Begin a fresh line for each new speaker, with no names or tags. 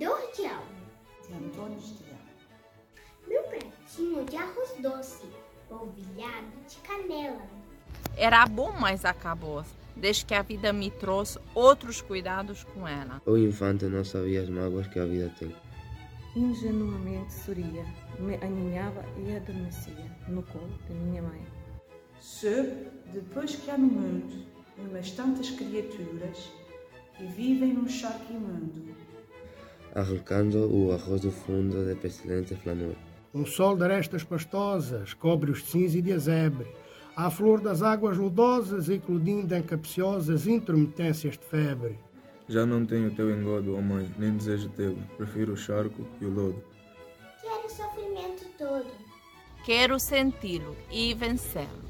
dor de alma.
Seu Antônio Estrião.
Meu pratinho de arroz doce, polvilhado de canela.
Era bom, mas acabou. Desde que a vida me trouxe outros cuidados com ela.
O infante não sabia as mágoas que a vida tem.
Ingenuamente sorria, me aninhava e adormecia no colo de minha mãe.
Soube, depois que há no mundo umas tantas criaturas que vivem num charco imundo.
Arrancando o arroz do fundo de pestilente flanor.
Um sol de arestas pastosas cobre os cinzes de azebre. A flor das águas ludosas, eclodindo em capciosas intermitências de febre.
Já não tenho teu engodo, ó mãe, nem desejo teu. Prefiro o charco e o lodo.
Quero o sofrimento todo.
Quero senti-lo e vencê-lo.